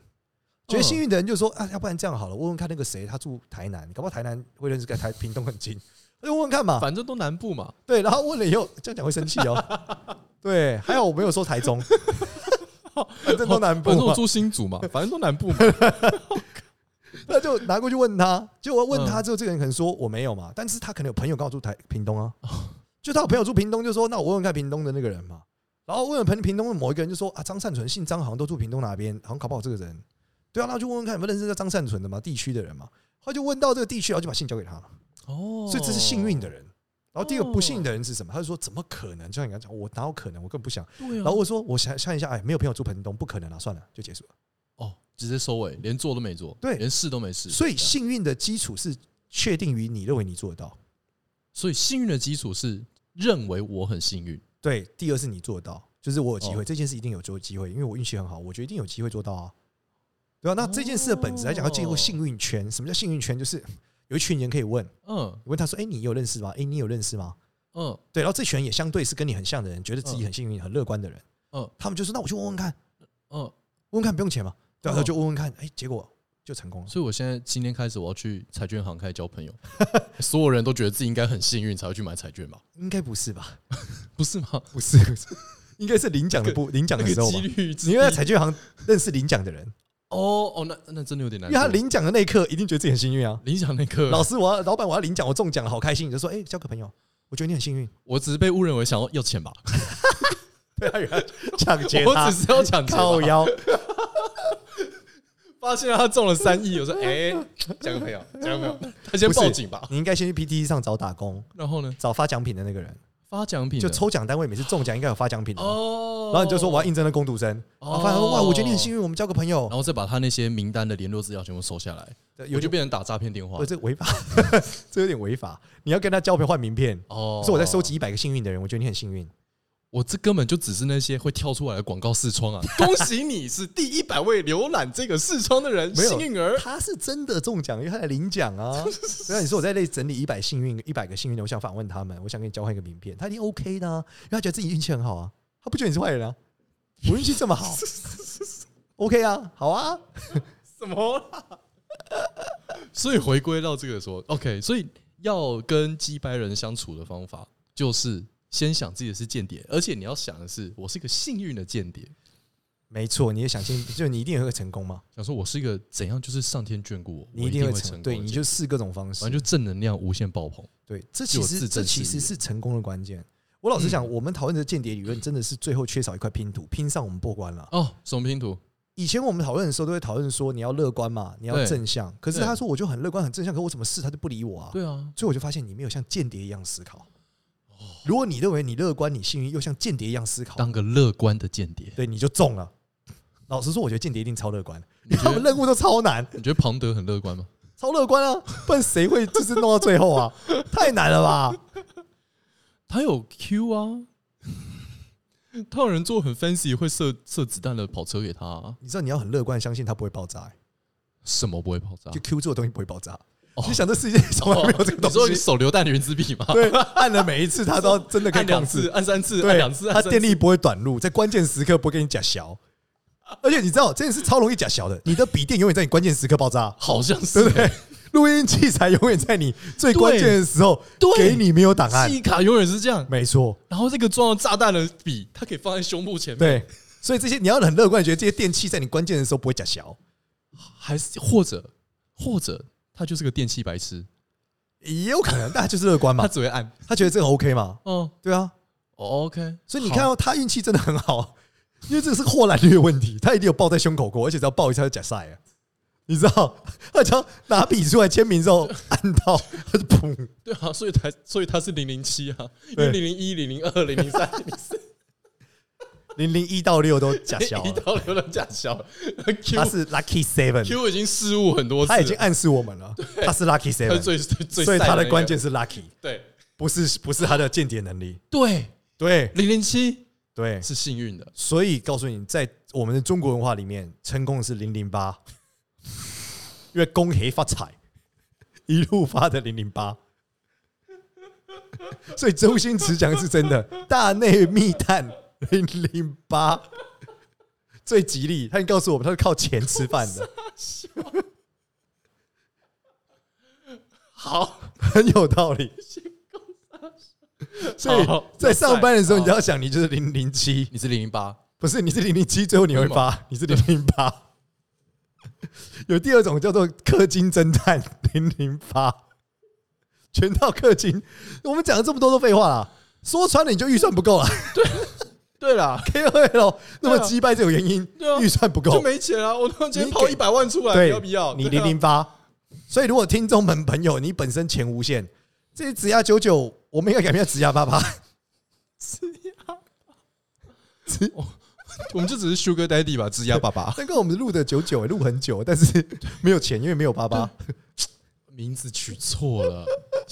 Speaker 1: 觉得
Speaker 2: 嗯
Speaker 1: 幸运的人就说啊，要不然这样好了，问问看那个谁，他住台南，搞不好台南会认识个台屏东很近， 那就问问看嘛。
Speaker 2: 反正都南部嘛，
Speaker 1: 对，然后问了以后，这样讲会生气哦。 对，还好我没有说台中， 反正都南部
Speaker 2: 哦反正
Speaker 1: 嘛
Speaker 2: 我，住新竹嘛，反正都南部嘛。
Speaker 1: 那就拿过去问他，结果问他之后，这个人可能说我没有嘛，但是他可能有朋友告诉台屏东啊，就他有朋友住屏东，就说那我问问看屏东的那个人嘛，然后问了屏屏东的某一个人，就说啊张善存姓张，好像都住屏东哪边，好像搞不好这个人，对啊，那就问问看有没有认识叫张善存的嘛，地区的人嘛，他就问到这个地区，然后就把信交给他了，
Speaker 2: 哦，
Speaker 1: 所以这是幸运的，人。然后第一个不幸的人是什么？他就说怎么可能？就像你刚才讲，我哪有可能？我更不想。
Speaker 2: 对
Speaker 1: 然
Speaker 2: 啊。
Speaker 1: 后我说我想想一下，哎，没有朋友住屏东，不可能啊，算了，就结束了。
Speaker 2: 哦，直接收尾，连做都没做，
Speaker 1: 对
Speaker 2: 连试都没试。
Speaker 1: 所以
Speaker 2: 这样
Speaker 1: 幸运的基础是确定于你认为你做得到。
Speaker 2: 所以幸运的基础是认为我很幸运。
Speaker 1: 对，第二是你做得到，就是我有机会，
Speaker 2: 哦
Speaker 1: 这件事一定有做机会，因为我运气很好，我觉得一定有机会做到啊。对啊，那这件事的本质来讲，要进入
Speaker 2: 哦
Speaker 1: 幸运圈。什么叫幸运圈？就是有一群人可以问，
Speaker 2: 嗯
Speaker 1: 你问他说：“哎、你有认识吗？哎、你有认识吗
Speaker 2: 嗯，？”
Speaker 1: 对，然后这群人也相对是跟你很像的人，觉得自己很幸运、很乐观的人，
Speaker 2: 嗯
Speaker 1: 他们就说：“那我去问问看，
Speaker 2: 嗯，
Speaker 1: 问问看不用钱嘛。”对啊，
Speaker 2: 嗯
Speaker 1: 然后就问问看，哎、结果就成功了。
Speaker 2: 所以我现在今天开始我要去彩券行开始交 朋友，所有人都觉得自己应该很幸运才会去买彩券吧？
Speaker 1: 应该不是吧？
Speaker 2: 不是吗？
Speaker 1: 不是，不是， 应该是领奖的不领奖
Speaker 2: 那
Speaker 1: 的时
Speaker 2: 个
Speaker 1: 候吧
Speaker 2: 几？率之
Speaker 1: 你
Speaker 2: 低，
Speaker 1: 因为在彩券行认识领奖的人，
Speaker 2: 哦哦，那那真的有点难
Speaker 1: 因
Speaker 2: 过，
Speaker 1: 为他领奖的那一刻一定觉得自己很幸运啊。
Speaker 2: 领奖那 刻，
Speaker 1: 老师，我要老板，我要领奖，我中奖了，好开心！你就说，哎、交个朋友，我觉得你很幸运。
Speaker 2: 我只是被误认为想要 要钱吧，
Speaker 1: 对啊，原来抢劫
Speaker 2: 我
Speaker 1: 他
Speaker 2: 只，是要抢钱吧，
Speaker 1: 靠腰，
Speaker 2: 发现他中了三亿，我说 哎，交个朋友，交个朋友，他先
Speaker 1: 不是
Speaker 2: 报警吧。
Speaker 1: 你应该先去 PTT 上找打工，
Speaker 2: 然后呢，
Speaker 1: 找发奖品的那个 人，
Speaker 2: 发奖品
Speaker 1: 就
Speaker 2: 的
Speaker 1: 抽奖单位每次中奖应该有发奖品的嘛。
Speaker 2: 哦，
Speaker 1: 然后你就说我要应征的工读生，然后发现说哇，我觉得你很幸运，我们交个朋友
Speaker 2: 然，后再把他那些名单的联络资料全部收下来，
Speaker 1: 对
Speaker 2: 哦我
Speaker 1: 有
Speaker 2: 就
Speaker 1: 点
Speaker 2: 变成打诈骗电话
Speaker 1: 不。这违法， 这有点违法。你要跟他交朋友换名片，
Speaker 2: 哦，
Speaker 1: 是我在收集一百个幸运的人，我觉得你很幸运。
Speaker 2: 我这根本就只是那些会跳出来的广告视窗啊！ 恭喜你是第一百位浏览这个视窗的人，
Speaker 1: 没有
Speaker 2: 幸运 儿。
Speaker 1: 他是真的中奖，因为他在领奖 啊。对啊，你说我在那整理一百幸运一百个幸运的，我想访问他们，我想跟你交换一个名片，他一定 OK 的、啊，因为他觉得自己运气很好啊，他不觉得你是坏人啊，我运气这么 好，OK 啊，好啊，
Speaker 2: 什么啦？所以回归到这个说，OK，所以要跟击败人相处的方法，就是先想自己是间谍，而且你要想的是，我是一个幸运的间谍，
Speaker 1: 没错，你也想信，就你一定也会成功嘛，
Speaker 2: 想说我是一个怎样，就是上天眷顾我，
Speaker 1: 你
Speaker 2: 我
Speaker 1: 一
Speaker 2: 一
Speaker 1: 定
Speaker 2: 会
Speaker 1: 会
Speaker 2: 成
Speaker 1: 成，
Speaker 2: 功的
Speaker 1: 对，
Speaker 2: 间
Speaker 1: 你
Speaker 2: 谍
Speaker 1: 就试各种方式
Speaker 2: 反，正就正能量无限爆棚。
Speaker 1: 对，这其
Speaker 2: 就有
Speaker 1: 实
Speaker 2: 自
Speaker 1: 这
Speaker 2: 证
Speaker 1: 其实
Speaker 2: 实力嗯
Speaker 1: 是成功的关键。我老实讲，我们讨论的间谍理论真的是最后缺少一块拼图，拼上我们破关了。
Speaker 2: 哦，什么拼图？
Speaker 1: 以前我们讨论的时候都会讨论说你要乐观嘛，你要
Speaker 2: 对
Speaker 1: 正向。可是
Speaker 2: 对
Speaker 1: 他说我就很乐观很正向，可我什么事他就不理我啊。
Speaker 2: 对啊，
Speaker 1: 所以我就发现你没有像间谍一样思考。如果你认为你乐观、你幸运，又像间谍一样思考，
Speaker 2: 当个乐观的间谍。
Speaker 1: 对你就中了。老实说，我觉得间谍一定超乐观，
Speaker 2: 啊你觉
Speaker 1: 他们
Speaker 2: 得
Speaker 1: 任务都超难，
Speaker 2: 你觉得庞德很乐观吗？
Speaker 1: 超乐观啊！不然谁会就是弄到最后 啊？太难了吧？
Speaker 2: 他有 Q 啊， 他有人做很 fancy 会射射子弹的跑车给他、啊，
Speaker 1: 你知道你要很乐观，相信它不会爆炸、欸
Speaker 2: 什么不会爆炸
Speaker 1: 就？Q 这种东西不会爆炸。
Speaker 2: 啊哦
Speaker 1: 你想这世界从来没有这个
Speaker 2: 你说
Speaker 1: 东
Speaker 2: 你
Speaker 1: 西，
Speaker 2: 手榴弹的原子笔吗？
Speaker 1: 对，按了每一次它都要真的可以
Speaker 2: 按两
Speaker 1: 控制
Speaker 2: 次，。按三 次，按
Speaker 1: 对，
Speaker 2: 啊两次，
Speaker 1: 它
Speaker 2: 按三
Speaker 1: 电
Speaker 2: 次。
Speaker 1: 力不会短路，在关键时刻不会跟你假小。而且你知道这件事超容易假小的，你的笔电永远在你关键时刻爆炸，
Speaker 2: 好像是
Speaker 1: 对不对？录音器材永远在你最关键的时候
Speaker 2: 对对
Speaker 1: 给你没有档案
Speaker 2: 记，忆卡永远是这样，
Speaker 1: 没错，
Speaker 2: 然后这个装了炸弹的笔，它可以放在胸部前面，
Speaker 1: 对。所以这些你要很乐观，觉得这些电器在你关键的时候不会假小，
Speaker 2: 还是或者或者他就是个电器白痴，
Speaker 1: 也有可能，但他就是乐观
Speaker 2: 他
Speaker 1: 嘛，
Speaker 2: 只会按。
Speaker 1: 他觉得这个 OK 嘛，
Speaker 2: 哦
Speaker 1: 对啊。
Speaker 2: 哦，OK，
Speaker 1: 所以你看到他运气真的很好，因为这个是霍兰略的问题，他一定有抱在胸口过，而且只要抱一下就假赛了。你知道， 他只要拿笔出来签名之后按到， 他就砰，
Speaker 2: 对啊，所以才所以他是零零七啊，因
Speaker 1: 对
Speaker 2: 为零零一、零零二、零零三、零零四
Speaker 1: 零零一到六都假笑
Speaker 2: 一
Speaker 1: 了。
Speaker 2: 刀流人假小了
Speaker 1: 啊他
Speaker 2: ，Q
Speaker 1: 是 Lucky Seven，
Speaker 2: Q 已经失误很多次了，
Speaker 1: 他已经暗示我们了，他是 Lucky
Speaker 2: 他
Speaker 1: Seven，
Speaker 2: 是最最最，
Speaker 1: 所以他的关键是 Lucky，
Speaker 2: 对
Speaker 1: 不是不是他的间谍能力。
Speaker 2: 对，
Speaker 1: 对
Speaker 2: 零零七
Speaker 1: 对，
Speaker 2: 是幸运的，
Speaker 1: 所以告诉你，在我们的中国文化里面，成功的是零零八， 因为恭喜发财，一路发的零零八。 所以周星驰讲的是真的，大内密探零零八最吉利。他已经告诉我们，他是靠钱吃饭的，
Speaker 2: 好，
Speaker 1: 很有道理。所以
Speaker 2: 好
Speaker 1: 在上班的时候，你就
Speaker 2: 好
Speaker 1: 要想，你就是零零七，
Speaker 2: 你是零零八，
Speaker 1: 不是，你是零零七，最后你会发，你是零零八。 有第二种叫做氪金侦探零零八，全套氪金。我们讲了这么多都废话啦，说穿了你就预算不 够了。
Speaker 2: 对啦，
Speaker 1: KOL 那么击败这种原因
Speaker 2: 对啊，
Speaker 1: 预算不
Speaker 2: 就
Speaker 1: 够。
Speaker 2: 没钱啊，我突然间
Speaker 1: 你
Speaker 2: 抛
Speaker 1: 给
Speaker 2: 一百万出来，
Speaker 1: 对，
Speaker 2: 要不要？
Speaker 1: 你
Speaker 2: 对
Speaker 1: 零
Speaker 2: 啊
Speaker 1: 零八。所以如果听众们朋友你本身钱无限，这些指压九九，我们应该改名叫指压八八。
Speaker 2: 哦我们就只是 Sugar Daddy 吧，质押爸爸，
Speaker 1: 那个我们录的九九录很久，但是没有钱，因为没有八八。
Speaker 2: 名字取错了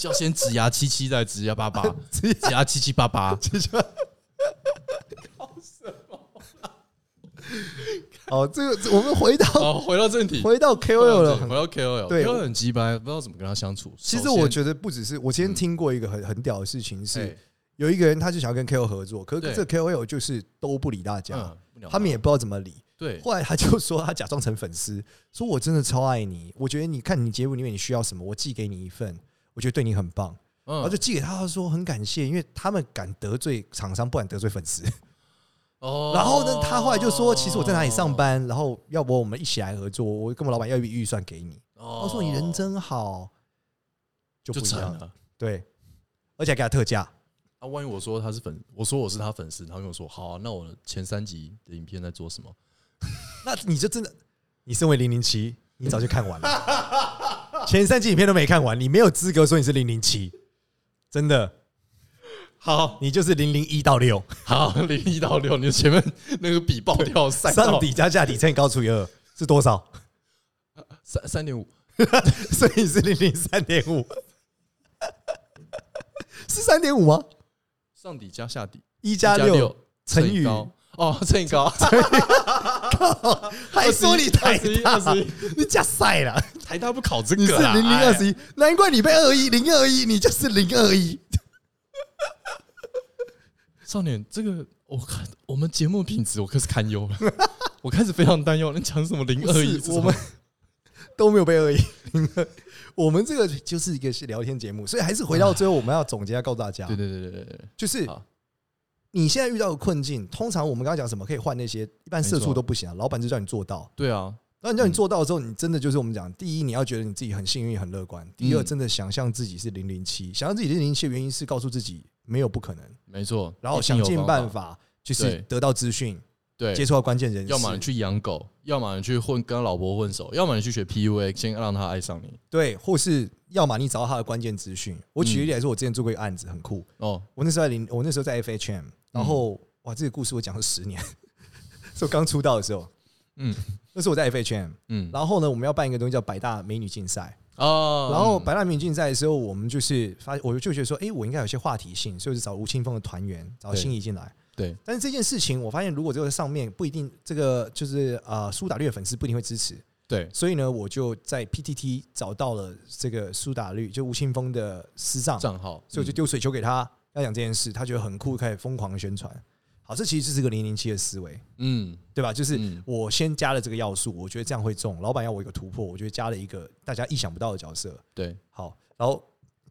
Speaker 2: 要先直牙七七，再直牙 八八，直牙七七八八，
Speaker 1: 哦，这个这我们回到
Speaker 2: 好，回到正题，
Speaker 1: 回到
Speaker 2: 回
Speaker 1: KOL
Speaker 2: 到
Speaker 1: 了
Speaker 2: 正啊题
Speaker 1: 很。
Speaker 2: 回到 KOL，
Speaker 1: 对
Speaker 2: KOL 很鸡掰，不知道怎么跟他相处。
Speaker 1: 其实
Speaker 2: 首先嗯
Speaker 1: 我觉得不只是我今天听过一个很很屌的事情是
Speaker 2: 哎，
Speaker 1: 有一个人他就想要跟 KOL 合作，可是
Speaker 2: 对
Speaker 1: 这 KOL 就是都不理大家，
Speaker 2: 嗯不了
Speaker 1: 他们也不知道怎么理。
Speaker 2: 对
Speaker 1: 后来他就说他假装成粉丝，说我真的超爱你，我觉得你看你节目里面你需要什么，我寄给你一份，我觉得对你很棒。然后
Speaker 2: 嗯
Speaker 1: 就寄给他，他说很感谢，因为他们敢得罪厂商，不敢得罪粉丝。
Speaker 2: 哦
Speaker 1: 然后呢，他后来就说，其实我在哪里上，班，然后要不我们一起来合作，我跟我老板要一笔预算给你。
Speaker 2: 他
Speaker 1: 他说你人真好，就
Speaker 2: 哦
Speaker 1: 不
Speaker 2: 就
Speaker 1: 一
Speaker 2: 成
Speaker 1: 样
Speaker 2: 了。
Speaker 1: 对，而且还给他特价。
Speaker 2: 啊，万一我说他是粉，我说我是他粉丝，他跟我说好啊、那我前三集的影片在做什么？
Speaker 1: 那你就真的，你身为零零七，你早就看完了， 前三集影片都没看完，你没有资格说你是零零七，真的，
Speaker 2: 好
Speaker 1: 你就是零零一到六，
Speaker 2: 好，零一到六，你的前面那个笔爆掉，散到
Speaker 1: 上底加下底乘以高除以二是多少？
Speaker 2: 三三点五，
Speaker 1: 所以是零零三点五， 是三点五吗？
Speaker 2: 上底加下底
Speaker 1: 一加
Speaker 2: 一
Speaker 1: 六乘
Speaker 2: 以
Speaker 1: 以
Speaker 2: 高哦，乘 以高，
Speaker 1: 还说你台大
Speaker 2: 二十一二十，
Speaker 1: 你加赛了，
Speaker 2: 台大不考这
Speaker 1: 你是
Speaker 2: 个啦，
Speaker 1: 零零二
Speaker 2: 哎
Speaker 1: 十一，难怪你被二一零二一，你就是零二一。
Speaker 2: 少年，这个我看我们节目品质我开始堪忧了， 我开始非常担忧，你讲什么零
Speaker 1: 不
Speaker 2: 二一
Speaker 1: 是
Speaker 2: 这种？
Speaker 1: 我们都没有被恶意。 我们这个就是一个聊天节目，所以还是回到最后，我们要总结一下，告诉大家
Speaker 2: 啊对，对对对对对，
Speaker 1: 就是
Speaker 2: 好
Speaker 1: 你现在遇到的困境，通常我们刚刚讲什么可以换那些，一般社
Speaker 2: 没
Speaker 1: 畜
Speaker 2: 错
Speaker 1: 都不行啊，老板就叫你做到。
Speaker 2: 对啊，
Speaker 1: 那叫你做到的时候，你真的就是我们讲，第一，你要觉得你自己很幸运、很乐观；第二，
Speaker 2: 嗯
Speaker 1: 真的想象自己是零零七，想象自己零零七的原因是告诉自己没有不可能，
Speaker 2: 没错，
Speaker 1: 然后
Speaker 2: 一定
Speaker 1: 想
Speaker 2: 有
Speaker 1: 尽
Speaker 2: 方
Speaker 1: 办
Speaker 2: 法，
Speaker 1: 法就是
Speaker 2: 对
Speaker 1: 得到资讯，
Speaker 2: 对，
Speaker 1: 接触到关键人士，
Speaker 2: 要么你去养狗，要么你去混跟老婆混熟，要么你去学 PUA，先让他爱上你。
Speaker 1: 对，或是要么你找到他的关键资讯。我
Speaker 2: 嗯
Speaker 1: 举个例来说，我之前做过一个案子，很酷。
Speaker 2: 哦，
Speaker 1: 我那时候在零，我那时候在 FHM，然后、
Speaker 2: 嗯
Speaker 1: 哇，这个故事我讲了十年， 是我刚出道的时候。
Speaker 2: 嗯
Speaker 1: 那时候我在 FHM，
Speaker 2: 嗯，
Speaker 1: 然后呢，我们要办一个东西叫百大美女竞赛。
Speaker 2: 哦，
Speaker 1: 然后百大美女竞赛的时候，我们就是发，我就觉得说，哎、我应该有些话题性，所以我就找吴青峰的团员，找
Speaker 2: 对
Speaker 1: 心仪进来。
Speaker 2: 对，
Speaker 1: 但是这件事情，我发现如果这个上面不一定，这个就是呃苏打绿的粉丝不一定会支持，
Speaker 2: 对，
Speaker 1: 所以呢，我就在 PTT 找到了这个苏打绿，就吴青峰的师长，啊所
Speaker 2: 账号，嗯
Speaker 1: 以我就丢水球给他，要讲这件事，他觉得很酷，开始疯狂宣传。好，这其实就是个零零七的思维，
Speaker 2: 嗯，
Speaker 1: 对吧？就是
Speaker 2: 嗯
Speaker 1: 我先加了这个要素，我觉得这样会中，老板要我一个突破，我觉得加了一个大家意想不到的角色。
Speaker 2: 对
Speaker 1: 好，然后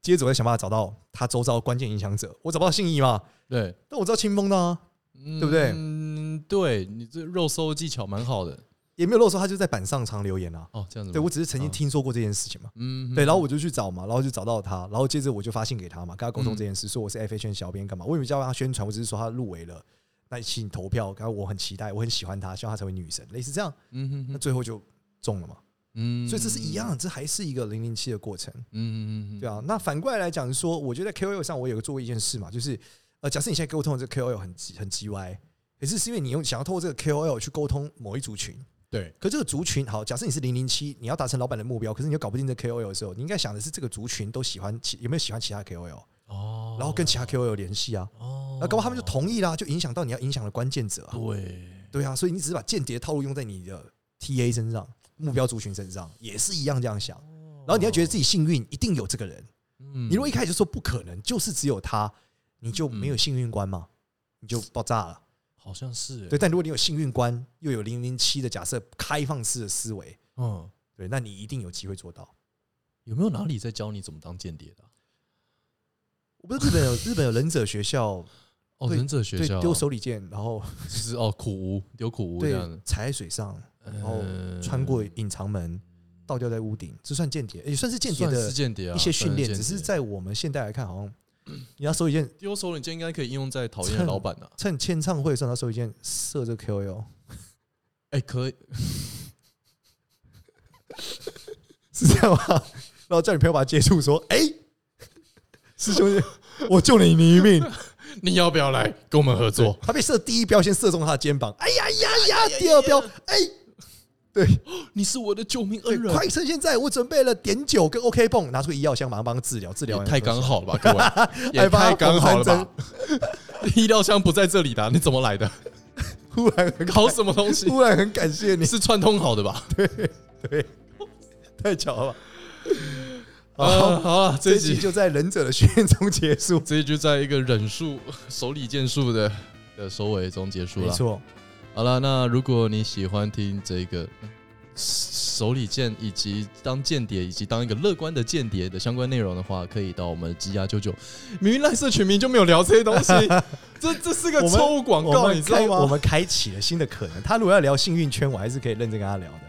Speaker 1: 接着我再想办法找到他周遭的关键影响者，我找不到信义嘛，
Speaker 2: 对，
Speaker 1: 但我知道清风呢、
Speaker 2: 对
Speaker 1: 不对
Speaker 2: 嗯，对你这肉搜技巧蛮好的
Speaker 1: 也没有露出他就在板上常留言啊。
Speaker 2: 哦，这样子吗，
Speaker 1: 对我只是曾经
Speaker 2: 啊
Speaker 1: 听说过这件事情嘛。
Speaker 2: 嗯，
Speaker 1: 对，然后我就去找嘛，然后就找到他，然后接着我就发信给他嘛，跟他
Speaker 2: 嗯
Speaker 1: 沟通这件事，说我是 F H N 小编干嘛？我也没叫他宣传，我只是说他入围了，那请你投票，然后我很期待，我很喜欢他，希望他成为女神，类似这样，
Speaker 2: 嗯哼
Speaker 1: 那
Speaker 2: 哼，
Speaker 1: 最后就中了嘛。
Speaker 2: 嗯，
Speaker 1: 所以这是一样，这还是一个零零七的过程，
Speaker 2: 嗯，嗯嗯嗯，
Speaker 1: 对啊。那反过来来讲说，我觉得 K O L 上我有个做过一件事嘛，就是呃，假设你现在沟通的这 K O L 很急很急歪，可是是因为你用想要透过这个 K O L 去沟通某一族群，
Speaker 2: 对，
Speaker 1: 可这个族群好，假设你是零零七，你要达成老板的目标，可是你又搞不定这 KOL 的时候，你应该想的是这个族群都喜欢其有没有喜欢其他 KOL，
Speaker 2: 哦，
Speaker 1: 然后跟其他 KOL 联系啊，
Speaker 2: 哦，
Speaker 1: 那搞不好他们就同意啦，就影响到你要影响的关键者啊。
Speaker 2: 对，
Speaker 1: 对啊，所以你只是把间谍套路用在你的 TA 身上，目标族群身上也是一样这样想。然后你要觉得自己幸运，一定有这个人。
Speaker 2: 你
Speaker 1: 你如果一开始就说不可能，就是只有他，你就没有幸运观嘛，你就爆炸了。
Speaker 2: 好像是欸
Speaker 1: 对，，但如果你有幸运观，又有零零七的假设开放式的思维，
Speaker 2: 嗯，
Speaker 1: 对，那你一定有机会做到。
Speaker 2: 有没有哪里在教你怎么当间谍的啊？
Speaker 1: 我不是日本有 日本有忍者学校，
Speaker 2: 哦，
Speaker 1: 对
Speaker 2: 忍者学
Speaker 1: 对，
Speaker 2: 校
Speaker 1: 丢手里剑，然后
Speaker 2: 就是哦，苦无丢苦无这
Speaker 1: 对
Speaker 2: 样呃子，
Speaker 1: 踩在水上，
Speaker 2: 然
Speaker 1: 然后穿过隐藏门，倒吊在屋顶，这算间谍，也算是间谍
Speaker 2: 算是
Speaker 1: 的
Speaker 2: 间谍啊，
Speaker 1: 一些训练。
Speaker 2: 算
Speaker 1: 只
Speaker 2: 间谍
Speaker 1: 是在我们现代来看，好像你要手里剑，
Speaker 2: 丢手里剑应该可以应用在讨厌的老板 啊。
Speaker 1: 趁签唱会的时候拿手里剑射这 KOL，
Speaker 2: 哎，可以，
Speaker 1: 是这样吗？ 然后叫你朋友把他接住，说：“哎、 师兄，我救了你一 命。
Speaker 2: 你要不要来跟我们合”
Speaker 1: 哎
Speaker 2: 作？哎
Speaker 1: 他被射第一镖，先射中他的肩膀，哎呀呀呀！第二镖，哎，对，
Speaker 2: 你是我的救命
Speaker 1: 对
Speaker 2: 恩，人，
Speaker 1: 快趁现在，我准备了碘酒跟 OK 泵，拿出个医药箱，马上帮他治疗，治疗
Speaker 2: 也
Speaker 1: 完
Speaker 2: 太刚好了吧，各 位，也
Speaker 1: 还帮他
Speaker 2: 太刚好了
Speaker 1: 缝
Speaker 2: 吧？医疗箱不在这里的啊，你怎么 来的？
Speaker 1: 忽然很
Speaker 2: 搞什么东西？
Speaker 1: 忽然很感谢
Speaker 2: 你
Speaker 1: 你，
Speaker 2: 是串通好的吧？
Speaker 1: 太巧了吧。
Speaker 2: 啊，
Speaker 1: 好，
Speaker 2: 好了，
Speaker 1: 哦这一
Speaker 2: 啊这一
Speaker 1: 集
Speaker 2: 集
Speaker 1: 就在忍者的训练中结 束，
Speaker 2: 这一集就在一个忍术手里剑术的的收尾中结束
Speaker 1: 没
Speaker 2: 了。
Speaker 1: 错，
Speaker 2: 好了，那如果你喜欢听这个嗯手里剑以及当间谍以及当一个乐观的间谍的相关内容的话，可以到我们鸡鸭啾啾。明明赖社群名就没有聊这些东 西，这这是个
Speaker 1: 我们
Speaker 2: 错误广
Speaker 1: 我
Speaker 2: 告，
Speaker 1: 们
Speaker 2: 你知道
Speaker 1: 开
Speaker 2: 吗？
Speaker 1: 我们开启了新的可能。他如果要聊幸运圈，我还是可以认真跟他聊的，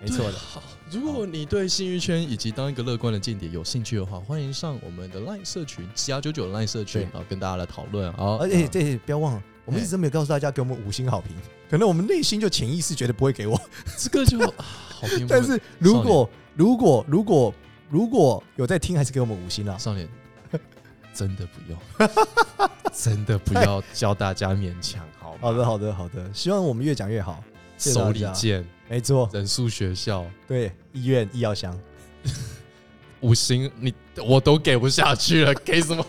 Speaker 1: 没错的。
Speaker 2: 好，如果你对信誉圈以及当一个乐观的间谍有兴趣的话，欢迎上我们的 LINE 社群七幺九九 LINE 社
Speaker 1: 对
Speaker 2: 群，然后跟大家来讨论。好，
Speaker 1: 而且哎这不要忘了，我们一直没有告诉大家给我们五星好评，可能我们内心就潜意识觉得不会给我，
Speaker 2: 这个就啊好评，
Speaker 1: 但是如果如果如果如果有在听，还是给我们五星啦。
Speaker 2: 少年 真的不用， 真的不要教大家勉强，好吗？
Speaker 1: 好的，好的，好的，希望我们越讲越好。谢谢大
Speaker 2: 手里
Speaker 1: 家
Speaker 2: 剑，
Speaker 1: 没错，
Speaker 2: 忍术学校
Speaker 1: 对，医院医药箱，
Speaker 2: 五星，你我都给不下去了， 给什么？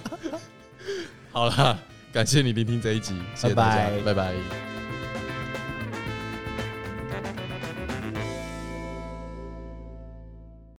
Speaker 2: 好啦，感谢你聆听这一集，谢谢大家，
Speaker 1: 拜拜
Speaker 2: 拜拜